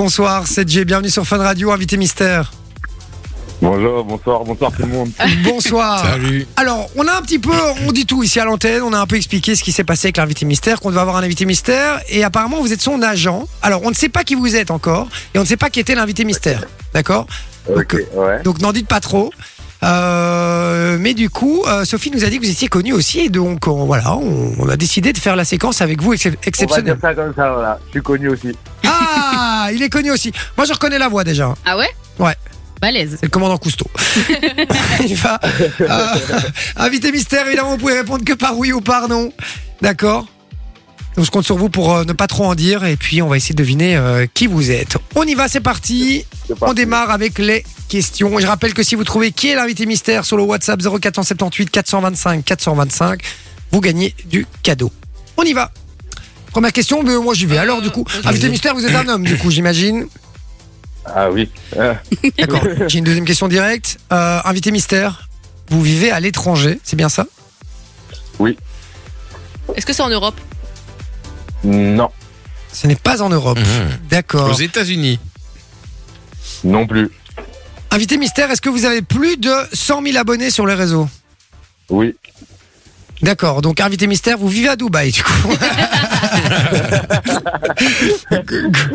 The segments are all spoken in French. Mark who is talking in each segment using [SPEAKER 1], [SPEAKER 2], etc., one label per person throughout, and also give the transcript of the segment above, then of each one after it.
[SPEAKER 1] bonsoir, 7G, bienvenue sur Fun Radio, invité mystère.
[SPEAKER 2] Bonjour, bonsoir, bonsoir tout le monde.
[SPEAKER 1] Ah, Bonsoir.
[SPEAKER 3] Salut.
[SPEAKER 1] Alors, on a un petit peu, on dit tout ici à l'antenne, on a un peu expliqué ce qui s'est passé avec l'invité mystère, qu'on devait avoir un invité mystère, et apparemment vous êtes son agent. Alors, on ne sait pas qui vous êtes encore, et on ne sait pas qui était l'invité mystère, d'accord
[SPEAKER 2] Ok, ouais.
[SPEAKER 1] Donc n'en dites pas trop. Euh, mais du coup, euh, Sophie nous a dit que vous étiez connu aussi, et donc on- voilà, on, on a décidé de faire la séquence avec vous, excep-
[SPEAKER 2] On va dire
[SPEAKER 1] exceptionnelle.
[SPEAKER 2] ça comme ça, voilà. Je suis connu aussi.
[SPEAKER 1] Ah, il est connu aussi. Moi, je reconnais la voix déjà.
[SPEAKER 4] Ah ouais
[SPEAKER 1] Ouais.
[SPEAKER 4] Balèze.
[SPEAKER 1] C'est le commandant Cousteau. Il va. euh, invité mystère, évidemment, vous pouvez répondre que par oui ou par non. D'accord Donc je compte sur vous pour euh, ne pas trop en dire et puis on va essayer de deviner euh, qui vous êtes. On y va, c'est parti.
[SPEAKER 2] C'est
[SPEAKER 1] On
[SPEAKER 2] parti.
[SPEAKER 1] démarre avec les questions. Et je rappelle que si vous trouvez qui est l'invité mystère sur le WhatsApp 0478 425 425, vous gagnez du cadeau. On y va. Première question, mais moi j'y vais. Alors du coup,
[SPEAKER 4] ok.
[SPEAKER 1] invité mystère, vous êtes un homme du coup, j'imagine.
[SPEAKER 2] Ah oui. Euh,
[SPEAKER 1] D'accord. J'ai une deuxième question directe. Euh, invité mystère, vous vivez à l'étranger, c'est bien ça
[SPEAKER 4] Est-ce que c'est en Europe
[SPEAKER 2] non,
[SPEAKER 1] Ce n'est pas en Europe.
[SPEAKER 3] Mhm. Aux
[SPEAKER 1] D'accord.
[SPEAKER 3] États-Unis.
[SPEAKER 2] non plus.
[SPEAKER 1] Invité mystère, est-ce que vous avez plus de 100 000 abonnés sur les réseaux
[SPEAKER 2] Oui.
[SPEAKER 1] D'accord. Donc, invité mystère, vous vivez à Dubaï, du coup.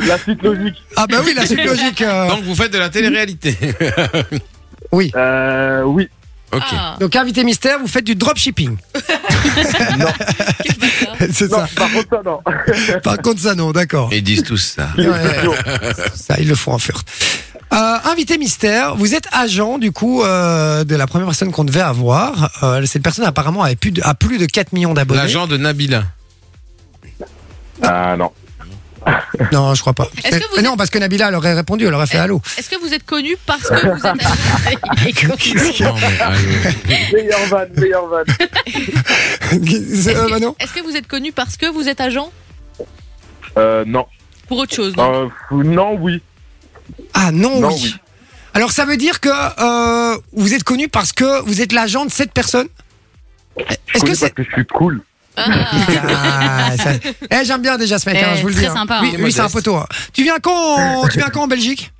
[SPEAKER 2] La suite logique.
[SPEAKER 1] ah, bah oui, la suite logique. euh.
[SPEAKER 3] Donc vous faites de la télé-réalité.
[SPEAKER 2] Euh, oui.
[SPEAKER 3] ok.
[SPEAKER 4] Ah,
[SPEAKER 1] Donc, invité mystère, vous faites du dropshipping.
[SPEAKER 4] qu'est-ce que c'est ça
[SPEAKER 1] C'est
[SPEAKER 2] Non,
[SPEAKER 1] ça. Ah.
[SPEAKER 2] par contre, ça, non.
[SPEAKER 1] Par contre, ça, non, d'accord.
[SPEAKER 3] Ils disent tous ça.
[SPEAKER 1] Ouais, ouais, ouais. ça, ils le font en faire. Euh, invité mystère, vous êtes agent du coup euh, de la première personne qu'on devait avoir. Euh, cette personne apparemment avait plus de, a plus de 4 millions d'abonnés.
[SPEAKER 3] L'agent de Nabila.
[SPEAKER 2] Ah non.
[SPEAKER 1] Non, je crois pas.
[SPEAKER 4] Est-ce que vous Eh.
[SPEAKER 1] Non, parce que Nabila elle aurait répondu, elle aurait fait allô.
[SPEAKER 4] Est-ce que vous êtes connu parce que vous êtes agent
[SPEAKER 3] Non, mais, ah, allô.
[SPEAKER 2] Meilleur van, meilleur van.
[SPEAKER 1] C'est- euh, bah non.
[SPEAKER 4] Est-ce que vous êtes connu parce que vous êtes agent
[SPEAKER 2] Euh, non.
[SPEAKER 4] Pour autre chose non
[SPEAKER 2] Euh, fou- non, oui.
[SPEAKER 1] Ah non,
[SPEAKER 2] Non,
[SPEAKER 1] oui.
[SPEAKER 2] oui.
[SPEAKER 1] Alors ça veut dire que euh, vous êtes connu parce que vous êtes l'agent de cette personne
[SPEAKER 2] Je
[SPEAKER 1] Est-ce
[SPEAKER 2] connais
[SPEAKER 1] que
[SPEAKER 2] parce
[SPEAKER 1] c'est...
[SPEAKER 2] que je suis cool.
[SPEAKER 4] Ah,
[SPEAKER 1] Ah, ça- Eh, j'aime bien déjà ce mec,
[SPEAKER 4] Eh,
[SPEAKER 1] hein, je vous le dis.
[SPEAKER 4] très
[SPEAKER 1] hein.
[SPEAKER 4] sympa, hein.
[SPEAKER 1] Oui,
[SPEAKER 3] Il est
[SPEAKER 1] oui, c'est un
[SPEAKER 3] modeste.
[SPEAKER 1] poteau. hein. Tu viens quand en... Tu viens quand en Belgique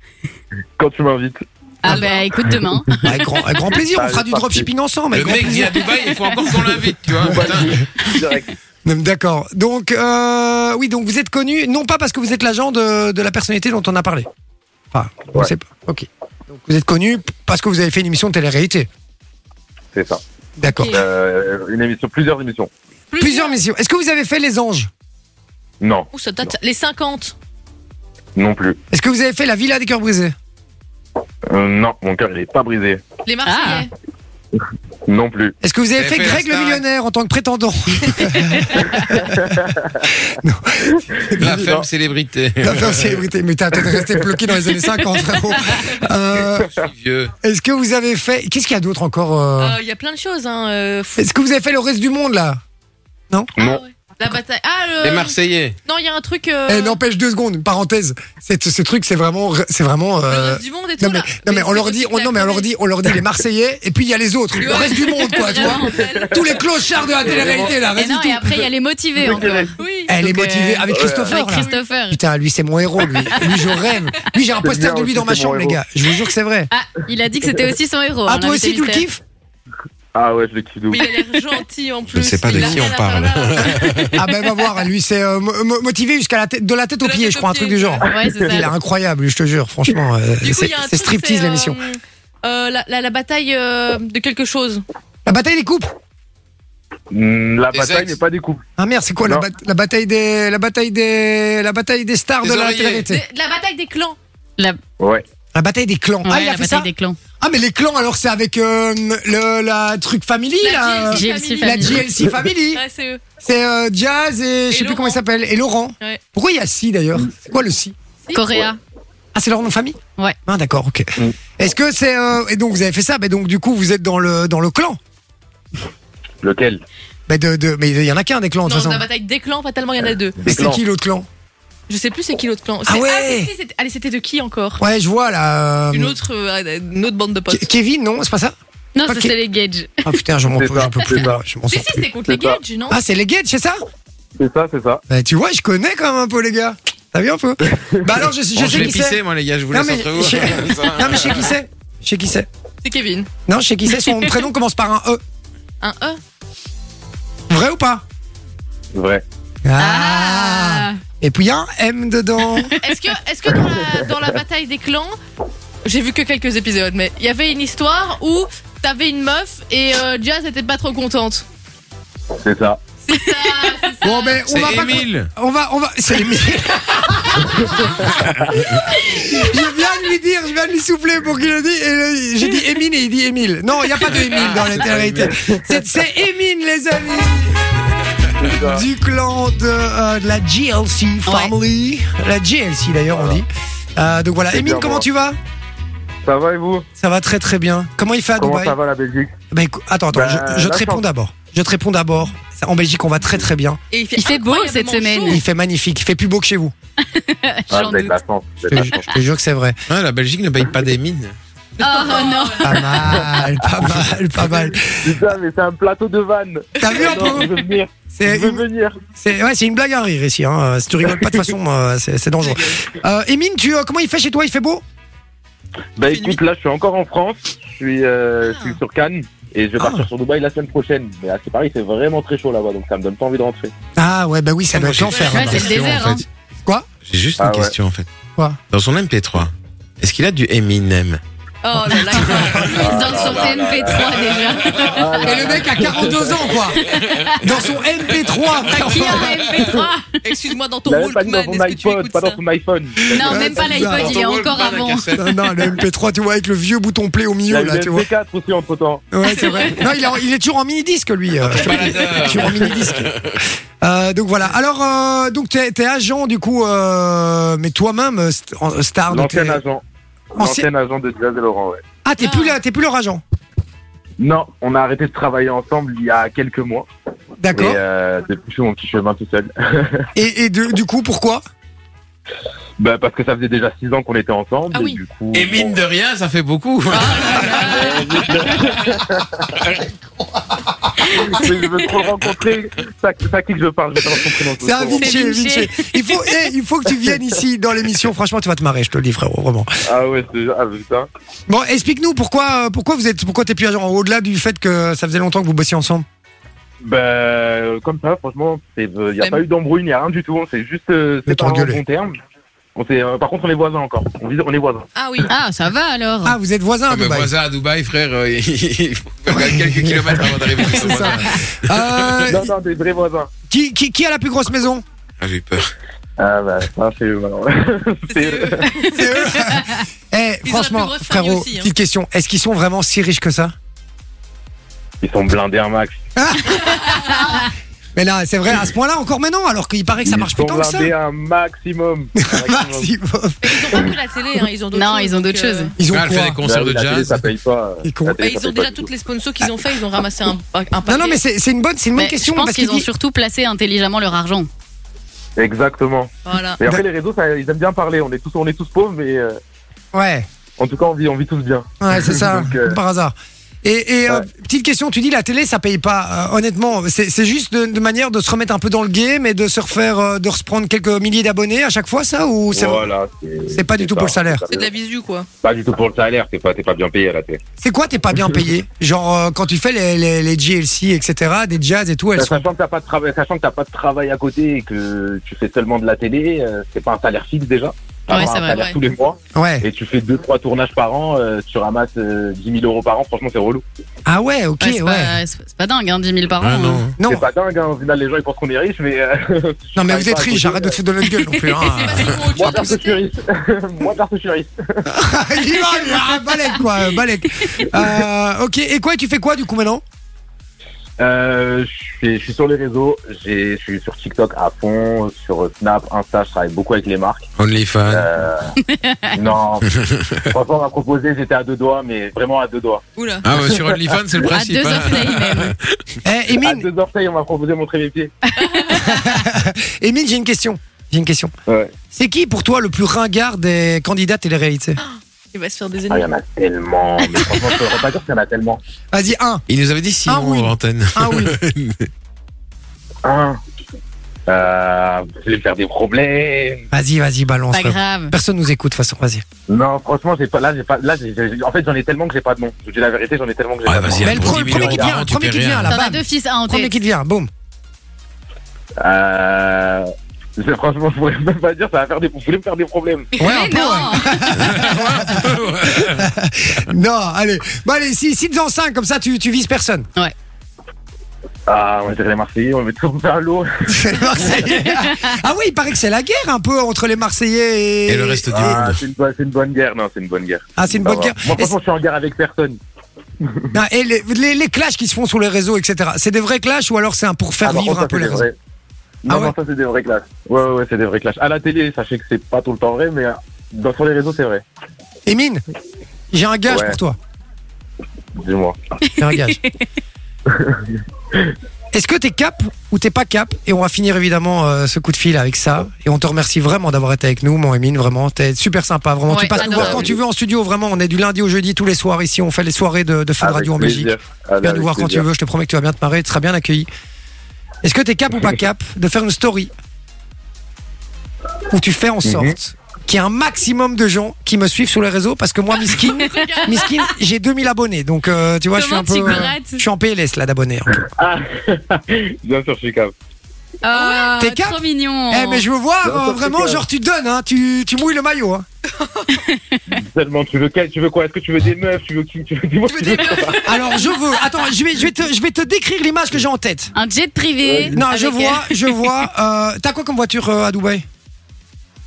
[SPEAKER 2] Quand tu m'invites.
[SPEAKER 5] Ah bah écoute demain.
[SPEAKER 1] Bah, Avec grand, avec grand plaisir, on
[SPEAKER 2] Allez,
[SPEAKER 1] fera du
[SPEAKER 2] parti.
[SPEAKER 1] dropshipping ensemble.
[SPEAKER 3] Le
[SPEAKER 1] avec grand
[SPEAKER 3] mec vit
[SPEAKER 1] plaisir.
[SPEAKER 3] à Dubaï, il faut encore qu'on l'invite, tu vois.
[SPEAKER 2] Bah,
[SPEAKER 3] putain.
[SPEAKER 2] Direct.
[SPEAKER 1] D'accord. Donc euh, oui, donc vous êtes connu non pas parce que vous êtes l'agent de, de la personnalité dont on a parlé. Enfin, on
[SPEAKER 2] Ouais.
[SPEAKER 1] sait pas. Ok. Donc vous êtes connu parce que vous avez fait une émission de télé-réalité.
[SPEAKER 2] C'est ça.
[SPEAKER 1] D'accord.
[SPEAKER 4] Ok.
[SPEAKER 2] Euh, une émission, plusieurs émissions.
[SPEAKER 1] Plusieurs missions. Est-ce que vous avez fait les anges
[SPEAKER 2] Non,
[SPEAKER 4] Ouh, ça date les 50.
[SPEAKER 2] non plus.
[SPEAKER 1] Est-ce que vous avez fait la villa des cœurs brisés
[SPEAKER 2] Euh, non, mon cœur, il est pas brisé.
[SPEAKER 4] Les Marseillais.
[SPEAKER 2] Non plus.
[SPEAKER 1] Est-ce que vous avez
[SPEAKER 3] J'ai
[SPEAKER 1] fait,
[SPEAKER 3] fait la
[SPEAKER 1] Greg le
[SPEAKER 3] Starac.
[SPEAKER 1] millionnaire en tant que prétendant
[SPEAKER 3] La femme célébrité.
[SPEAKER 1] T'as fait une célébrité, mais t'as t'es resté bloqué dans les années 50, frérot. Euh,
[SPEAKER 3] Je suis vieux.
[SPEAKER 1] Est-ce que vous avez fait Qu'est-ce qu'il y a d'autre encore euh
[SPEAKER 4] Euh, Il y a plein de choses. Hein. euh, fou-
[SPEAKER 1] Est-ce que vous avez fait le reste du monde là
[SPEAKER 4] Ah,
[SPEAKER 2] Non.
[SPEAKER 4] ouais. La bataille. Ah, le...
[SPEAKER 1] Euh,
[SPEAKER 3] Les Marseillais.
[SPEAKER 4] Non, il y a un truc. euh,
[SPEAKER 1] Eh, n'empêche deux secondes, une parenthèse. C'est- ce truc, c'est vraiment, c'est vraiment.
[SPEAKER 4] le
[SPEAKER 1] euh,
[SPEAKER 4] reste du monde et tout.
[SPEAKER 1] Non mais,
[SPEAKER 4] là.
[SPEAKER 1] non mais on
[SPEAKER 4] c'est
[SPEAKER 1] leur
[SPEAKER 4] le
[SPEAKER 1] dit,
[SPEAKER 4] truc
[SPEAKER 1] on,
[SPEAKER 4] là,
[SPEAKER 1] non mais on leur
[SPEAKER 4] comme
[SPEAKER 1] dit, on leur dit les Marseillais et puis il y a les autres, le
[SPEAKER 4] Ouais.
[SPEAKER 1] reste du monde quoi, tu vois.
[SPEAKER 4] Vraiment, belle.
[SPEAKER 1] Tous les clochards de la télé-réalité là,
[SPEAKER 5] Et
[SPEAKER 1] vas-y
[SPEAKER 5] non,
[SPEAKER 1] tout.
[SPEAKER 5] et après il y a les motivés encore.
[SPEAKER 4] Oui.
[SPEAKER 1] Elle est
[SPEAKER 5] Donc, euh,
[SPEAKER 1] motivée avec Christopher
[SPEAKER 5] Avec
[SPEAKER 1] là.
[SPEAKER 5] Christopher.
[SPEAKER 1] Putain, lui c'est mon héros, lui. Lui je rêve. Lui j'ai un
[SPEAKER 2] C'est
[SPEAKER 1] poster
[SPEAKER 2] bien
[SPEAKER 1] de lui
[SPEAKER 2] aussi,
[SPEAKER 1] dans ma
[SPEAKER 2] c'est mon
[SPEAKER 1] chambre les
[SPEAKER 2] héros.
[SPEAKER 1] gars. Je vous jure que c'est vrai.
[SPEAKER 5] Ah, il a dit que c'était aussi son héros.
[SPEAKER 1] Ah
[SPEAKER 5] hein,
[SPEAKER 1] toi
[SPEAKER 5] l'invité
[SPEAKER 1] aussi tu le
[SPEAKER 5] mystère.
[SPEAKER 1] kiffes
[SPEAKER 2] Ah ouais, je l'ai kiffé de ouf.
[SPEAKER 4] Mais il a l'air gentil en plus.
[SPEAKER 3] sais pas de
[SPEAKER 4] Il a
[SPEAKER 3] qui on
[SPEAKER 4] rien à
[SPEAKER 3] parle.
[SPEAKER 4] faire là.
[SPEAKER 1] Ah ben va voir, lui c'est euh, mo- mo- motivé jusqu'à la tête, de la tête aux
[SPEAKER 4] De la
[SPEAKER 1] pieds,
[SPEAKER 4] tête
[SPEAKER 1] je crois
[SPEAKER 4] aux
[SPEAKER 1] un truc
[SPEAKER 4] pieds,
[SPEAKER 1] du genre.
[SPEAKER 5] Ouais, c'est
[SPEAKER 1] Il est
[SPEAKER 5] ça.
[SPEAKER 1] incroyable, je te jure, franchement. euh,
[SPEAKER 4] Du coup,
[SPEAKER 1] c'est
[SPEAKER 4] il y a un
[SPEAKER 1] c'est
[SPEAKER 4] truc,
[SPEAKER 1] striptease
[SPEAKER 4] c'est, euh,
[SPEAKER 1] l'émission.
[SPEAKER 4] euh, la, la- la bataille euh, de quelque chose.
[SPEAKER 1] La bataille des coupes.
[SPEAKER 2] Mm, La
[SPEAKER 3] Des
[SPEAKER 2] bataille
[SPEAKER 3] ex.
[SPEAKER 2] n'est pas des couples.
[SPEAKER 1] Ah merde, c'est quoi la,
[SPEAKER 2] Non.
[SPEAKER 1] bat- la bataille des la bataille des la bataille des stars
[SPEAKER 3] Des
[SPEAKER 1] de la
[SPEAKER 3] oreillers.
[SPEAKER 4] De,
[SPEAKER 1] télé-réalité.
[SPEAKER 4] de la bataille des clans.
[SPEAKER 2] Ouais.
[SPEAKER 1] La bataille des clans. ah,
[SPEAKER 5] Ouais,
[SPEAKER 1] il a
[SPEAKER 5] la
[SPEAKER 1] fait
[SPEAKER 5] bataille
[SPEAKER 1] ça
[SPEAKER 5] des clans.
[SPEAKER 1] Ah, mais les clans, alors c'est avec euh, le la truc family, là,
[SPEAKER 4] La
[SPEAKER 1] euh,
[SPEAKER 4] GLC
[SPEAKER 5] GLC
[SPEAKER 1] la
[SPEAKER 4] Family.
[SPEAKER 1] GLC family.
[SPEAKER 4] Ouais, c'est eux.
[SPEAKER 1] C'est euh, Jazz et je sais plus
[SPEAKER 4] Laurent.
[SPEAKER 1] comment il s'appelle. Et Laurent.
[SPEAKER 4] Ouais.
[SPEAKER 1] Pourquoi il y a Si d'ailleurs C'est quoi le Si
[SPEAKER 5] Coréa.
[SPEAKER 1] Ah, c'est leur nom de famille
[SPEAKER 5] Ouais.
[SPEAKER 1] Ah, d'accord, ok.
[SPEAKER 2] Mm.
[SPEAKER 1] Est-ce que c'est. euh, et donc vous avez fait ça, mais donc du coup vous êtes dans le, dans le clan
[SPEAKER 2] Lequel
[SPEAKER 1] mais, de, de- mais il y en a qu'un des clans de
[SPEAKER 4] Non,
[SPEAKER 1] toute façon.
[SPEAKER 4] la bataille des clans, pas tellement, il y en a deux.
[SPEAKER 2] Des
[SPEAKER 1] C'est
[SPEAKER 2] clans.
[SPEAKER 1] qui l'autre clan
[SPEAKER 4] Je sais plus c'est qui l'autre clan.
[SPEAKER 1] Ah
[SPEAKER 4] C'est-
[SPEAKER 1] ouais.
[SPEAKER 4] si, si, c'était- Allez, c'était de qui encore
[SPEAKER 1] Ouais, je vois là. euh,
[SPEAKER 4] une, autre, euh, une autre bande de potes.
[SPEAKER 1] Ke- Kevin, non C'est pas ça
[SPEAKER 5] Non,
[SPEAKER 1] Ok.
[SPEAKER 5] ça c'est les Gage.
[SPEAKER 1] Ah putain, je m'en
[SPEAKER 2] C'est
[SPEAKER 1] peux,
[SPEAKER 2] ça,
[SPEAKER 1] j'en peux
[SPEAKER 2] c'est
[SPEAKER 1] plus.
[SPEAKER 2] ça.
[SPEAKER 1] moi, Je m'en
[SPEAKER 4] Si,
[SPEAKER 1] sors
[SPEAKER 4] si,
[SPEAKER 1] plus.
[SPEAKER 4] c'est contre les
[SPEAKER 2] C'est ça.
[SPEAKER 4] Gage, non
[SPEAKER 1] Ah, c'est les Gates, c'est ça
[SPEAKER 2] C'est ça, c'est ça.
[SPEAKER 1] Bah, Tu vois, je connais quand même un peu les gars. T'as vu un peu Bah alors, je, je
[SPEAKER 3] Bon, Oh, je
[SPEAKER 1] sais
[SPEAKER 3] vais
[SPEAKER 1] qui c'est.
[SPEAKER 3] pisser, moi, les gars, je vous
[SPEAKER 1] Non,
[SPEAKER 3] laisse
[SPEAKER 1] mais-
[SPEAKER 3] entre vous.
[SPEAKER 1] je- Non, mais je sais qui c'est. Je sais qui c'est.
[SPEAKER 4] C'est Kevin.
[SPEAKER 1] Non, je sais qui c'est. Son prénom commence par un E.
[SPEAKER 4] Un E.
[SPEAKER 1] Vrai ou pas
[SPEAKER 2] Vrai.
[SPEAKER 5] Ah.
[SPEAKER 1] Et puis il y a un M dedans.
[SPEAKER 4] Est-ce que, est-ce que dans, la, dans la bataille des clans, j'ai vu que quelques épisodes, mais il y avait une histoire où t'avais une meuf et euh, Jazz n'était pas trop contente.
[SPEAKER 2] C'est ça.
[SPEAKER 4] C'est ça, c'est ça.
[SPEAKER 1] Bon, mais on va
[SPEAKER 3] C'est
[SPEAKER 1] pas.
[SPEAKER 3] Émile.
[SPEAKER 1] On va, on va. C'est Émile. je viens de lui dire, je viens de lui souffler pour qu'il le dise. et le- J'ai dit Émile et il dit Émile. Non, il n'y a pas de Émile dans
[SPEAKER 3] Ah,
[SPEAKER 1] la
[SPEAKER 3] c'est pas
[SPEAKER 1] réalité. C'est c'est Émile, les amis.
[SPEAKER 2] Ah.
[SPEAKER 1] Du clan de, euh, de la GLC Family. La GLC d'ailleurs, on dit. Euh, donc voilà.
[SPEAKER 2] Ah. C'est
[SPEAKER 1] Émile,
[SPEAKER 2] bien
[SPEAKER 1] comment
[SPEAKER 2] moi.
[SPEAKER 1] tu vas
[SPEAKER 2] Ça va et vous
[SPEAKER 1] Ça va très très bien. Comment il fait à
[SPEAKER 2] Comment
[SPEAKER 1] Dubaï
[SPEAKER 2] ça va la Belgique
[SPEAKER 1] Bah, écou- Attends, attends,
[SPEAKER 2] Bah,
[SPEAKER 1] je, je te
[SPEAKER 2] la
[SPEAKER 1] réponds
[SPEAKER 2] chance.
[SPEAKER 1] d'abord. Je te réponds d'abord. Ça, En Belgique, on va très très bien.
[SPEAKER 4] Et il fait,
[SPEAKER 5] Il fait beau cette
[SPEAKER 4] incroyablement
[SPEAKER 5] semaine.
[SPEAKER 4] chaud.
[SPEAKER 1] Il fait magnifique. Il fait plus beau que chez vous.
[SPEAKER 2] Ah,
[SPEAKER 5] J'en
[SPEAKER 2] vous avez de
[SPEAKER 5] doute.
[SPEAKER 2] la chance. vous
[SPEAKER 1] Je te,
[SPEAKER 2] avez de la
[SPEAKER 1] ju-
[SPEAKER 2] chance.
[SPEAKER 1] je te jure que c'est vrai.
[SPEAKER 3] Ouais, Hein, la Belgique ne paye pas des mines.
[SPEAKER 5] Oh non.
[SPEAKER 1] Pas mal, pas mal, pas mal.
[SPEAKER 2] Putain, mais c'est un plateau de vannes.
[SPEAKER 1] T'as vu un
[SPEAKER 2] Non,
[SPEAKER 1] peu hein
[SPEAKER 2] je veux venir. Je
[SPEAKER 1] C'est
[SPEAKER 2] veux
[SPEAKER 1] une,
[SPEAKER 2] venir.
[SPEAKER 1] c'est- ouais, c'est une blague à rire ici. Hein. Euh, Si tu rigoles pas de toute façon, euh, c'est c'est dangereux. Euh, Emine, tu, euh, comment il fait chez toi Il fait beau
[SPEAKER 2] Bah
[SPEAKER 3] Fini.
[SPEAKER 2] écoute, là je suis encore en France, je suis, euh, je suis sur Cannes et je vais
[SPEAKER 1] Ah.
[SPEAKER 2] partir sur Dubaï la semaine prochaine. Mais à Paris c'est vraiment très chaud là-bas, donc ça me donne pas envie de rentrer.
[SPEAKER 1] Ah ouais, bah oui, ça doit
[SPEAKER 3] Moi,
[SPEAKER 1] être
[SPEAKER 3] j'ai
[SPEAKER 1] l'enfer.
[SPEAKER 3] juste
[SPEAKER 5] Ouais,
[SPEAKER 1] hein.
[SPEAKER 3] une
[SPEAKER 5] c'est le
[SPEAKER 3] question,
[SPEAKER 5] désert,
[SPEAKER 3] en fait.
[SPEAKER 1] Quoi
[SPEAKER 3] J'ai juste
[SPEAKER 2] Ah
[SPEAKER 3] une
[SPEAKER 2] ouais.
[SPEAKER 3] question, en fait.
[SPEAKER 1] Quoi
[SPEAKER 3] Dans son MP3, est-ce qu'il a du Eminem
[SPEAKER 5] Oh là là. Dans son MP3 déjà.
[SPEAKER 2] Ah,
[SPEAKER 1] Et Ah, le mec a 42 ans, quoi Dans son MP3
[SPEAKER 4] T'as qui
[SPEAKER 1] hein
[SPEAKER 4] un MP3 Excuse-moi, dans ton
[SPEAKER 2] Il avait pas dit
[SPEAKER 4] Walkman,
[SPEAKER 2] dans ton
[SPEAKER 4] est-ce que tu
[SPEAKER 2] iPod,
[SPEAKER 4] écoutes
[SPEAKER 2] pas
[SPEAKER 4] ça
[SPEAKER 2] dans ton iPhone.
[SPEAKER 5] Non, même pas
[SPEAKER 1] c'est ça.
[SPEAKER 5] l'iPod, il est
[SPEAKER 3] Dans ton
[SPEAKER 5] encore
[SPEAKER 3] Walkman, la
[SPEAKER 5] avant.
[SPEAKER 3] cassette.
[SPEAKER 1] Non, non, le MP3, tu vois, avec le vieux bouton play au
[SPEAKER 2] Il y
[SPEAKER 1] milieu,
[SPEAKER 2] a
[SPEAKER 1] là,
[SPEAKER 2] le
[SPEAKER 1] tu vois.
[SPEAKER 2] MP4 aussi entre temps.
[SPEAKER 1] Ouais, c'est vrai. Non, il est, en- il est toujours en mini-disque, lui. euh, je te le dis.
[SPEAKER 3] baladeur.
[SPEAKER 1] toujours en mini-disque. Euh, donc voilà. Alors, euh, donc t'es es agent, du coup, euh, mais toi-même, euh, st- en- euh, star. donc
[SPEAKER 2] L'ancien
[SPEAKER 1] t'es-
[SPEAKER 2] agent.
[SPEAKER 1] Ancien-
[SPEAKER 2] L'ancien agent de Jazz et Laurent, ouais.
[SPEAKER 1] Ah, t'es plus, là- t'es plus leur agent.
[SPEAKER 2] Non, on a arrêté de travailler ensemble il y a quelques mois. Et
[SPEAKER 1] D'accord.
[SPEAKER 2] euh, depuis, je suis mon petit chemin tout seul.
[SPEAKER 1] Et, et de- du coup, pourquoi
[SPEAKER 2] bah, parce que ça faisait déjà 6 ans qu'on était ensemble.
[SPEAKER 4] Ah
[SPEAKER 2] et
[SPEAKER 4] oui.
[SPEAKER 2] du coup.
[SPEAKER 3] Et mine de rien, ça fait beaucoup.
[SPEAKER 1] Ah,
[SPEAKER 2] bon, je veux trop le rencontrer. Ça, ça qui que je parle, je vais pas leur comprendre.
[SPEAKER 1] C'est un Vinci,
[SPEAKER 5] Vinci.
[SPEAKER 1] Vinci. Il faut, eh, il faut que tu viennes ici dans l'émission. Franchement, tu vas te marrer, je te le dis, frérot, vraiment.
[SPEAKER 2] Ah ouais, c'est ah, putain.
[SPEAKER 1] Bon, explique-nous pourquoi, euh, pourquoi vous êtes, pourquoi t'es plus agent. Au-delà du fait que ça faisait longtemps que vous bossiez ensemble.
[SPEAKER 2] Bah, euh, comme ça, franchement, il n'y a
[SPEAKER 4] Même.
[SPEAKER 2] pas eu d'embrouille, il n'y a rien du tout. On s'est juste euh,
[SPEAKER 1] Mais
[SPEAKER 2] séparés en
[SPEAKER 1] t'engueuler.
[SPEAKER 2] bon terme. On s'est, euh, par contre, on est voisins encore. On, vit- on est voisins.
[SPEAKER 4] Ah oui.
[SPEAKER 5] Ah, ça va alors.
[SPEAKER 1] Ah, vous êtes voisins, à
[SPEAKER 3] Ah, mais
[SPEAKER 1] Dubaï.
[SPEAKER 3] voisin à Dubaï, frère, euh, il faut faire quelques kilomètres avant d'arriver chez son
[SPEAKER 1] C'est ça.
[SPEAKER 3] voisin.
[SPEAKER 1] Euh,
[SPEAKER 2] Non, non, des vrais voisins.
[SPEAKER 1] qui, qui, qui a la plus grosse maison
[SPEAKER 3] Ah, j'ai eu peur.
[SPEAKER 2] Ah bah, ça, c'est
[SPEAKER 1] euh,
[SPEAKER 2] eux maintenant.
[SPEAKER 4] C'est eux.
[SPEAKER 2] euh,
[SPEAKER 1] C'est eux. Eh,
[SPEAKER 4] Ils ont la
[SPEAKER 1] franchement,
[SPEAKER 4] plus grosse famille
[SPEAKER 1] frérot,
[SPEAKER 4] aussi, hein.
[SPEAKER 1] petite question. Est-ce qu'ils sont vraiment si riches que ça
[SPEAKER 2] Ils sont blindés un max.
[SPEAKER 1] Mais là, c'est vrai, à ce point-là, encore maintenant, alors qu'il paraît que ça marche
[SPEAKER 2] Ils
[SPEAKER 1] plus
[SPEAKER 2] sont
[SPEAKER 1] tant que ça. Ah,
[SPEAKER 2] blindés un maximum. Un
[SPEAKER 1] Maximum.
[SPEAKER 2] maximum.
[SPEAKER 4] Ils ont pas pris la télé, hein, ils ont d'autres
[SPEAKER 5] Non,
[SPEAKER 4] choses,
[SPEAKER 5] ils ont
[SPEAKER 4] donc,
[SPEAKER 5] d'autres
[SPEAKER 4] euh,
[SPEAKER 5] choses.
[SPEAKER 1] Ils ont
[SPEAKER 3] Ah, elle fait
[SPEAKER 1] quoi
[SPEAKER 3] des concerts
[SPEAKER 2] Bah oui,
[SPEAKER 3] de
[SPEAKER 2] la télé,
[SPEAKER 3] jazz.
[SPEAKER 2] ça paye pas.
[SPEAKER 1] Ils con-
[SPEAKER 2] La
[SPEAKER 4] bah,
[SPEAKER 2] télé,
[SPEAKER 4] ils
[SPEAKER 2] ça
[SPEAKER 4] ont
[SPEAKER 2] paye pas
[SPEAKER 4] déjà
[SPEAKER 2] du
[SPEAKER 4] toutes
[SPEAKER 2] tout.
[SPEAKER 4] les sponsors qu'ils ont fait, ils ont ramassé un, un paquet.
[SPEAKER 1] Non, non, mais c'est c'est une bonne, c'est une bonne
[SPEAKER 5] Mais je
[SPEAKER 1] question
[SPEAKER 5] pense
[SPEAKER 1] parce
[SPEAKER 5] qu'ils
[SPEAKER 1] qu'il
[SPEAKER 5] ont
[SPEAKER 1] dit-
[SPEAKER 5] surtout placé intelligemment leur argent.
[SPEAKER 2] Exactement.
[SPEAKER 4] Voilà.
[SPEAKER 2] Et après, les réseaux, ça, ils aiment bien parler. On est tous, on est tous pauvres, mais euh,
[SPEAKER 1] Ouais,
[SPEAKER 2] en tout cas, on vit, on vit tous bien.
[SPEAKER 1] ouais, c'est ça,
[SPEAKER 2] Donc, euh,
[SPEAKER 1] comme par hasard. Et, et, euh,
[SPEAKER 2] ouais.
[SPEAKER 1] petite question, tu dis la télé ça paye pas. Euh, honnêtement, c'est c'est juste de, de manière de se remettre un peu dans le game et de se refaire, euh, de reprendre quelques milliers d'abonnés à chaque fois, ça ou c'est
[SPEAKER 2] Voilà,
[SPEAKER 1] c'est pas du tout
[SPEAKER 2] ça,
[SPEAKER 1] pour le salaire.
[SPEAKER 4] C'est de la visu, quoi.
[SPEAKER 2] Pas du tout pour le salaire, t'es pas, t'es pas bien payé à la télé.
[SPEAKER 1] C'est quoi t'es pas bien payé Genre euh, quand tu fais les, les, les GLC etc, des jazz et tout, elles sont
[SPEAKER 2] Sachant que t'as pas de travail, sachant que t'as pas de travail à côté et que tu fais seulement de la télé, euh, c'est pas un salaire fixe déjà. T'as
[SPEAKER 5] Ouais,
[SPEAKER 2] un
[SPEAKER 5] c'est vrai,
[SPEAKER 2] salaire
[SPEAKER 4] ouais.
[SPEAKER 2] tous les mois
[SPEAKER 1] ouais.
[SPEAKER 2] et tu fais deux trois tournages par an, euh, tu ramasses euh, 10 000 euros par an. Franchement, c'est relou.
[SPEAKER 1] Ah ouais, ok, ouais.
[SPEAKER 5] Ouais, c'est, Pas, c'est- c'est pas dingue, hein, 10 000 par an.
[SPEAKER 3] Ah,
[SPEAKER 5] hein.
[SPEAKER 3] non.
[SPEAKER 1] Non,
[SPEAKER 2] C'est pas dingue. Hein. Au final, les gens ils pensent qu'on est riche, mais euh, si tu
[SPEAKER 1] non mais
[SPEAKER 2] travailles
[SPEAKER 1] vous êtes
[SPEAKER 2] pas à
[SPEAKER 1] riche,
[SPEAKER 2] côté,
[SPEAKER 1] arrête de te foutre de notre gueule non plus.
[SPEAKER 4] C'est
[SPEAKER 1] Hein.
[SPEAKER 2] Moi, perso,
[SPEAKER 4] parce qu'ils font autre chose.
[SPEAKER 2] je suis riche. Moi, perso, je suis riche.
[SPEAKER 1] Il va, lui, ah, balèque quoi, euh, balèque. Euh, ok, et quoi, tu fais quoi du coup maintenant
[SPEAKER 2] Euh, je suis- je suis sur les réseaux. j'ai- Je suis sur TikTok à fond, sur Snap, Insta. Je travaille beaucoup avec les marques.
[SPEAKER 3] OnlyFans.
[SPEAKER 2] Euh, non, franchement, on m'a proposé, j'étais à deux doigts, mais vraiment à deux doigts.
[SPEAKER 4] Oula.
[SPEAKER 3] Ah, ouais, sur OnlyFans, c'est le
[SPEAKER 5] À
[SPEAKER 3] principe.
[SPEAKER 5] deux
[SPEAKER 3] hein.
[SPEAKER 5] orteils même.
[SPEAKER 1] Eh,
[SPEAKER 2] À
[SPEAKER 1] Emine,
[SPEAKER 2] deux orteils, on m'a proposé de montrer mes pieds.
[SPEAKER 1] Emine, j'ai une question. J'ai une question.
[SPEAKER 2] Ouais.
[SPEAKER 1] C'est qui pour toi le plus ringard des candidats télé-réalité
[SPEAKER 4] Il va se faire des
[SPEAKER 2] Ah, il
[SPEAKER 4] ennemis.
[SPEAKER 2] y en a tellement, mais franchement, je saurais pas dire qu'il y en a tellement.
[SPEAKER 1] Vas-y, un.
[SPEAKER 3] Il nous avait dit Simon
[SPEAKER 1] Ah oui.
[SPEAKER 3] en antenne.
[SPEAKER 1] Un oui.
[SPEAKER 2] Un, Euh, vous allez me faire des problèmes.
[SPEAKER 1] Vas-y, vas-y, balance.
[SPEAKER 5] Pas
[SPEAKER 1] frérot.
[SPEAKER 5] grave.
[SPEAKER 1] Personne nous écoute, de toute façon, vas-y.
[SPEAKER 2] Non, franchement, j'ai pas. Là, j'ai pas. Là, j'ai- j'ai- en fait, j'en ai tellement que j'ai pas de nom. Je vous dis la vérité, j'en ai tellement que j'ai
[SPEAKER 3] Ouais,
[SPEAKER 2] pas de nom.
[SPEAKER 3] vas-y,
[SPEAKER 1] Mais le
[SPEAKER 3] pour
[SPEAKER 1] premier,
[SPEAKER 3] 10 000
[SPEAKER 1] premier qui
[SPEAKER 3] euros,
[SPEAKER 1] vient, le
[SPEAKER 3] tu
[SPEAKER 1] premier
[SPEAKER 3] perds
[SPEAKER 1] qui
[SPEAKER 3] rien.
[SPEAKER 1] vient, là,
[SPEAKER 5] T'en as
[SPEAKER 1] bam.
[SPEAKER 5] deux fils, un en
[SPEAKER 1] Premier
[SPEAKER 5] tête.
[SPEAKER 1] qui vient, boum.
[SPEAKER 2] Euh, je- franchement, je pourrais même pas dire. Ça va faire des. Vous voulez me faire des problèmes
[SPEAKER 1] Ouais, un
[SPEAKER 5] Mais
[SPEAKER 1] peu, ouais.
[SPEAKER 5] non
[SPEAKER 1] Non, allez. Bon, allez, si, si dans 5, comme ça, tu, tu vises personne.
[SPEAKER 2] Ah, on va dire les Marseillais. On va tout faire l'eau.
[SPEAKER 1] C'est les Marseillais. ah oui, il paraît que c'est la guerre un peu entre les Marseillais et.
[SPEAKER 3] Et le reste du
[SPEAKER 2] Ah,
[SPEAKER 3] monde.
[SPEAKER 2] c'est une, bonne- c'est une bonne guerre. Non, c'est une bonne guerre.
[SPEAKER 1] Ah, c'est une
[SPEAKER 2] Ça
[SPEAKER 1] bonne
[SPEAKER 2] va.
[SPEAKER 1] guerre.
[SPEAKER 2] Moi,
[SPEAKER 1] Et, c'est-
[SPEAKER 2] franchement, je suis en guerre avec personne.
[SPEAKER 1] non, et les, les, les clashs qui se font sur les réseaux, etc. C'est des vrais clashs ou alors c'est un pour faire
[SPEAKER 2] Ah, par
[SPEAKER 1] vivre
[SPEAKER 2] contre,
[SPEAKER 1] un peu les
[SPEAKER 2] ça, c'est des
[SPEAKER 1] réseaux
[SPEAKER 2] vrais- Non,
[SPEAKER 1] Ah ouais
[SPEAKER 2] non, ça, c'est des vrais clashs. Ouais, ouais, ouais, c'est des vrais clashs. À la télé, sachez que c'est pas tout le temps vrai, mais euh, dans, sur les réseaux, c'est vrai.
[SPEAKER 1] Émine, j'ai un gage
[SPEAKER 2] Ouais.
[SPEAKER 1] pour toi.
[SPEAKER 2] Dis-moi.
[SPEAKER 1] J'ai un gage. Est-ce que t'es cap ou t'es pas cap Et on va finir évidemment euh, ce coup de fil avec ça. Et on te remercie vraiment d'avoir été avec nous, mon Émine. Vraiment, t'es super sympa. Vraiment, tu
[SPEAKER 4] Ouais,
[SPEAKER 1] passes nous voir
[SPEAKER 4] adorable.
[SPEAKER 1] quand tu veux en studio. Vraiment, on est du lundi au jeudi tous les soirs ici. On fait les soirées de, de Fun
[SPEAKER 2] Avec
[SPEAKER 1] Radio en
[SPEAKER 2] plaisir.
[SPEAKER 1] Belgique.
[SPEAKER 2] Allez,
[SPEAKER 1] Viens
[SPEAKER 2] avec
[SPEAKER 1] nous voir quand tu
[SPEAKER 2] plaisir.
[SPEAKER 1] veux, je te promets que tu vas bien te marrer, tu seras bien accueilli. Est-ce que t'es cap ou pas cap de faire une story où tu fais en sorte qu'il y ait un maximum de gens qui me suivent sur les réseaux Parce que moi, Miskin, Miskin j'ai 2000 abonnés, donc euh, tu vois, je suis un
[SPEAKER 5] Comment
[SPEAKER 1] peu.
[SPEAKER 5] tu
[SPEAKER 1] euh,
[SPEAKER 5] grattes
[SPEAKER 1] je suis en PLS là d'abonnés. hein. un peu.
[SPEAKER 2] Ah, bien sûr, je suis capable.
[SPEAKER 5] Ah,
[SPEAKER 1] T'es cap
[SPEAKER 5] Trop mignon.
[SPEAKER 1] Eh, mais je veux voir,
[SPEAKER 2] Non,
[SPEAKER 1] euh,
[SPEAKER 2] ça, c'est
[SPEAKER 1] vraiment,
[SPEAKER 2] grave.
[SPEAKER 1] genre tu donnes, hein, tu, tu mouilles le maillot. hein.
[SPEAKER 2] Tellement, tu veux, quel- tu veux quoi Est-ce que tu veux des meufs Tu veux qui Tu veux dis-moi ce que tu veux.
[SPEAKER 1] Alors je veux, attends, je vais, je vais, te, je vais te décrire l'image que j'ai en tête.
[SPEAKER 5] Un jet privé.
[SPEAKER 1] Non, je
[SPEAKER 5] avec-
[SPEAKER 1] vois, je vois. euh, T'as quoi comme voiture euh, à Dubaï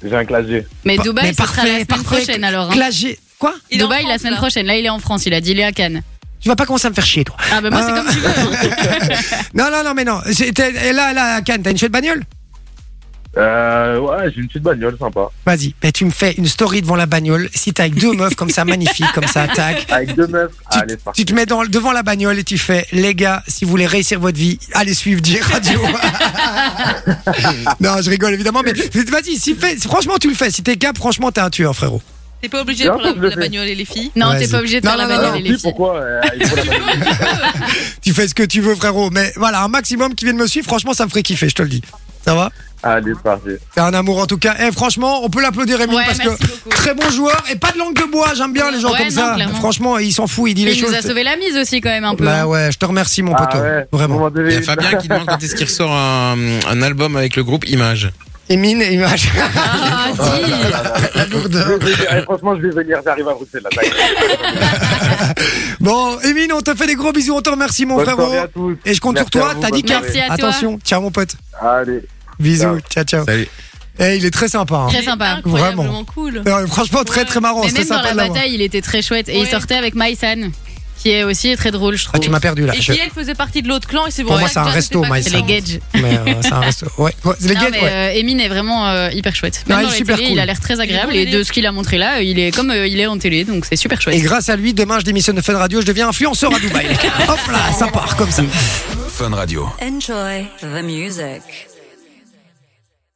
[SPEAKER 2] J'ai un clash G.
[SPEAKER 5] Mais
[SPEAKER 1] Pa-
[SPEAKER 5] Dubaï,
[SPEAKER 1] mais
[SPEAKER 5] ce sera la
[SPEAKER 1] parfait,
[SPEAKER 5] semaine
[SPEAKER 1] parfait.
[SPEAKER 5] prochaine alors. hein.
[SPEAKER 1] Clagé. Quoi
[SPEAKER 4] Il est en
[SPEAKER 5] Dubaï, la
[SPEAKER 4] France,
[SPEAKER 5] semaine
[SPEAKER 4] là.
[SPEAKER 5] prochaine. Là, il est en France. Il a dit il est à Cannes.
[SPEAKER 1] Tu vas pas commencer à me faire chier, toi.
[SPEAKER 5] Ah, bah moi, c'est
[SPEAKER 1] Euh.
[SPEAKER 5] comme tu veux. hein.
[SPEAKER 1] Non, non, non, mais non. C'est- t'es- et là, là, Cannes, t'as une chouette bagnole
[SPEAKER 2] Euh, ouais, j'ai une petite bagnole sympa.
[SPEAKER 1] Vas-y, mais tu me fais une story devant la bagnole. Si t'es avec deux meufs comme ça, magnifique, comme ça, tac.
[SPEAKER 2] Avec deux meufs. Allez, c'est
[SPEAKER 1] Tu
[SPEAKER 2] parti.
[SPEAKER 1] te mets dans, devant la bagnole et tu fais, les gars, si vous voulez réussir votre vie, allez suivre J Radio. non, je rigole évidemment, mais vas-y, si fais, franchement, tu le fais. Si t'es cap, franchement, t'es un tueur, frérot.
[SPEAKER 4] T'es pas obligé de
[SPEAKER 2] Bien
[SPEAKER 4] prendre
[SPEAKER 2] sûr,
[SPEAKER 4] la,
[SPEAKER 2] je
[SPEAKER 4] la
[SPEAKER 2] sais.
[SPEAKER 4] bagnole et les filles.
[SPEAKER 5] Non,
[SPEAKER 1] Vas-y.
[SPEAKER 5] t'es pas obligé de
[SPEAKER 1] Non,
[SPEAKER 5] faire la
[SPEAKER 1] non, non,
[SPEAKER 5] bagnole
[SPEAKER 2] Ah,
[SPEAKER 5] et
[SPEAKER 2] si,
[SPEAKER 5] les filles.
[SPEAKER 2] pourquoi euh, il faut la bagnole.
[SPEAKER 1] Tu fais ce que tu veux, frérot. Mais voilà, un maximum qui viennent me suivre, franchement, ça me ferait kiffer, je te le dis. Ça va
[SPEAKER 2] Allez, c'est parti.
[SPEAKER 1] T'es un amour en tout cas. Eh, franchement, on peut l'applaudir, Rémi,
[SPEAKER 5] Ouais,
[SPEAKER 1] parce que
[SPEAKER 5] merci beaucoup.
[SPEAKER 1] Très bon joueur et pas de langue de bois, j'aime bien les gens
[SPEAKER 5] Ouais,
[SPEAKER 1] comme
[SPEAKER 5] non,
[SPEAKER 1] ça.
[SPEAKER 5] clairement.
[SPEAKER 1] Franchement, il s'en fout, il dit les
[SPEAKER 5] Il
[SPEAKER 1] choses.
[SPEAKER 5] nous a sauvé la mise aussi, quand même, un peu. hein.
[SPEAKER 1] Bah ouais, je te remercie mon pote.
[SPEAKER 2] Ah ouais, vous
[SPEAKER 1] Vraiment.
[SPEAKER 2] m'en devez
[SPEAKER 3] Il y a
[SPEAKER 2] une.
[SPEAKER 3] Fabien qui demande quand est-ce qu'il ressort un, un album avec le groupe Image.
[SPEAKER 1] Émine et Image.
[SPEAKER 5] Ah, dis.
[SPEAKER 1] La lourdeur.
[SPEAKER 2] Je vais venir- eh, Franchement, je vais venir, j'arrive à Bruxelles là. ça y est.
[SPEAKER 1] bon, Émine, on te fait des gros bisous, on te remercie mon
[SPEAKER 2] Bonne
[SPEAKER 1] frérot.
[SPEAKER 2] soirée à tous.
[SPEAKER 1] Et je compte
[SPEAKER 2] Merci
[SPEAKER 1] sur
[SPEAKER 2] à
[SPEAKER 1] toi,
[SPEAKER 2] vous,
[SPEAKER 1] t'as
[SPEAKER 2] bonne
[SPEAKER 1] dit cap.
[SPEAKER 5] Merci à toi.
[SPEAKER 1] Attention, ciao mon pote.
[SPEAKER 2] Allez.
[SPEAKER 1] Bisous, ciao ciao.
[SPEAKER 3] Salut.
[SPEAKER 1] Eh, il est très sympa. hein.
[SPEAKER 5] Très sympa.
[SPEAKER 4] Incroyablement
[SPEAKER 1] Vraiment.
[SPEAKER 4] cool.
[SPEAKER 1] Euh, franchement, très très marrant,
[SPEAKER 5] Mais
[SPEAKER 1] c'est
[SPEAKER 5] même dans
[SPEAKER 1] sympa
[SPEAKER 5] la
[SPEAKER 1] de l'avoir.
[SPEAKER 5] bataille, il était très chouette. Et il
[SPEAKER 4] Ouais.
[SPEAKER 5] sortait avec Maïsan, qui est aussi très drôle, je
[SPEAKER 1] Ah, tu
[SPEAKER 5] trouve.
[SPEAKER 1] m'as perdu là.
[SPEAKER 4] Et
[SPEAKER 1] Je-
[SPEAKER 4] qui elle faisait partie de l'autre clan et c'est
[SPEAKER 1] Pour moi,
[SPEAKER 4] ça
[SPEAKER 1] c'est un
[SPEAKER 4] que Jazz
[SPEAKER 1] resto,
[SPEAKER 4] était pas
[SPEAKER 1] Maïs.
[SPEAKER 5] C'est les
[SPEAKER 4] content.
[SPEAKER 5] Gage.
[SPEAKER 1] Mais, euh, c'est un resto. Ouais, ouais, c'est les
[SPEAKER 5] Non,
[SPEAKER 1] guettes,
[SPEAKER 5] mais,
[SPEAKER 1] ouais.
[SPEAKER 5] euh, Emin est vraiment euh, hyper chouette.
[SPEAKER 1] Non, il est
[SPEAKER 5] Même dans la
[SPEAKER 1] super
[SPEAKER 5] télé,
[SPEAKER 1] cool.
[SPEAKER 5] il a l'air très agréable
[SPEAKER 4] Il est
[SPEAKER 5] et
[SPEAKER 4] bon
[SPEAKER 5] de ce qu'il a montré là, il est comme euh, il est en télé, donc c'est super chouette.
[SPEAKER 1] Et grâce à lui, demain, je démissionne de Fun Radio, je deviens influenceur à Dubaï. Hop là, ça part comme ça.
[SPEAKER 6] Enjoy the music.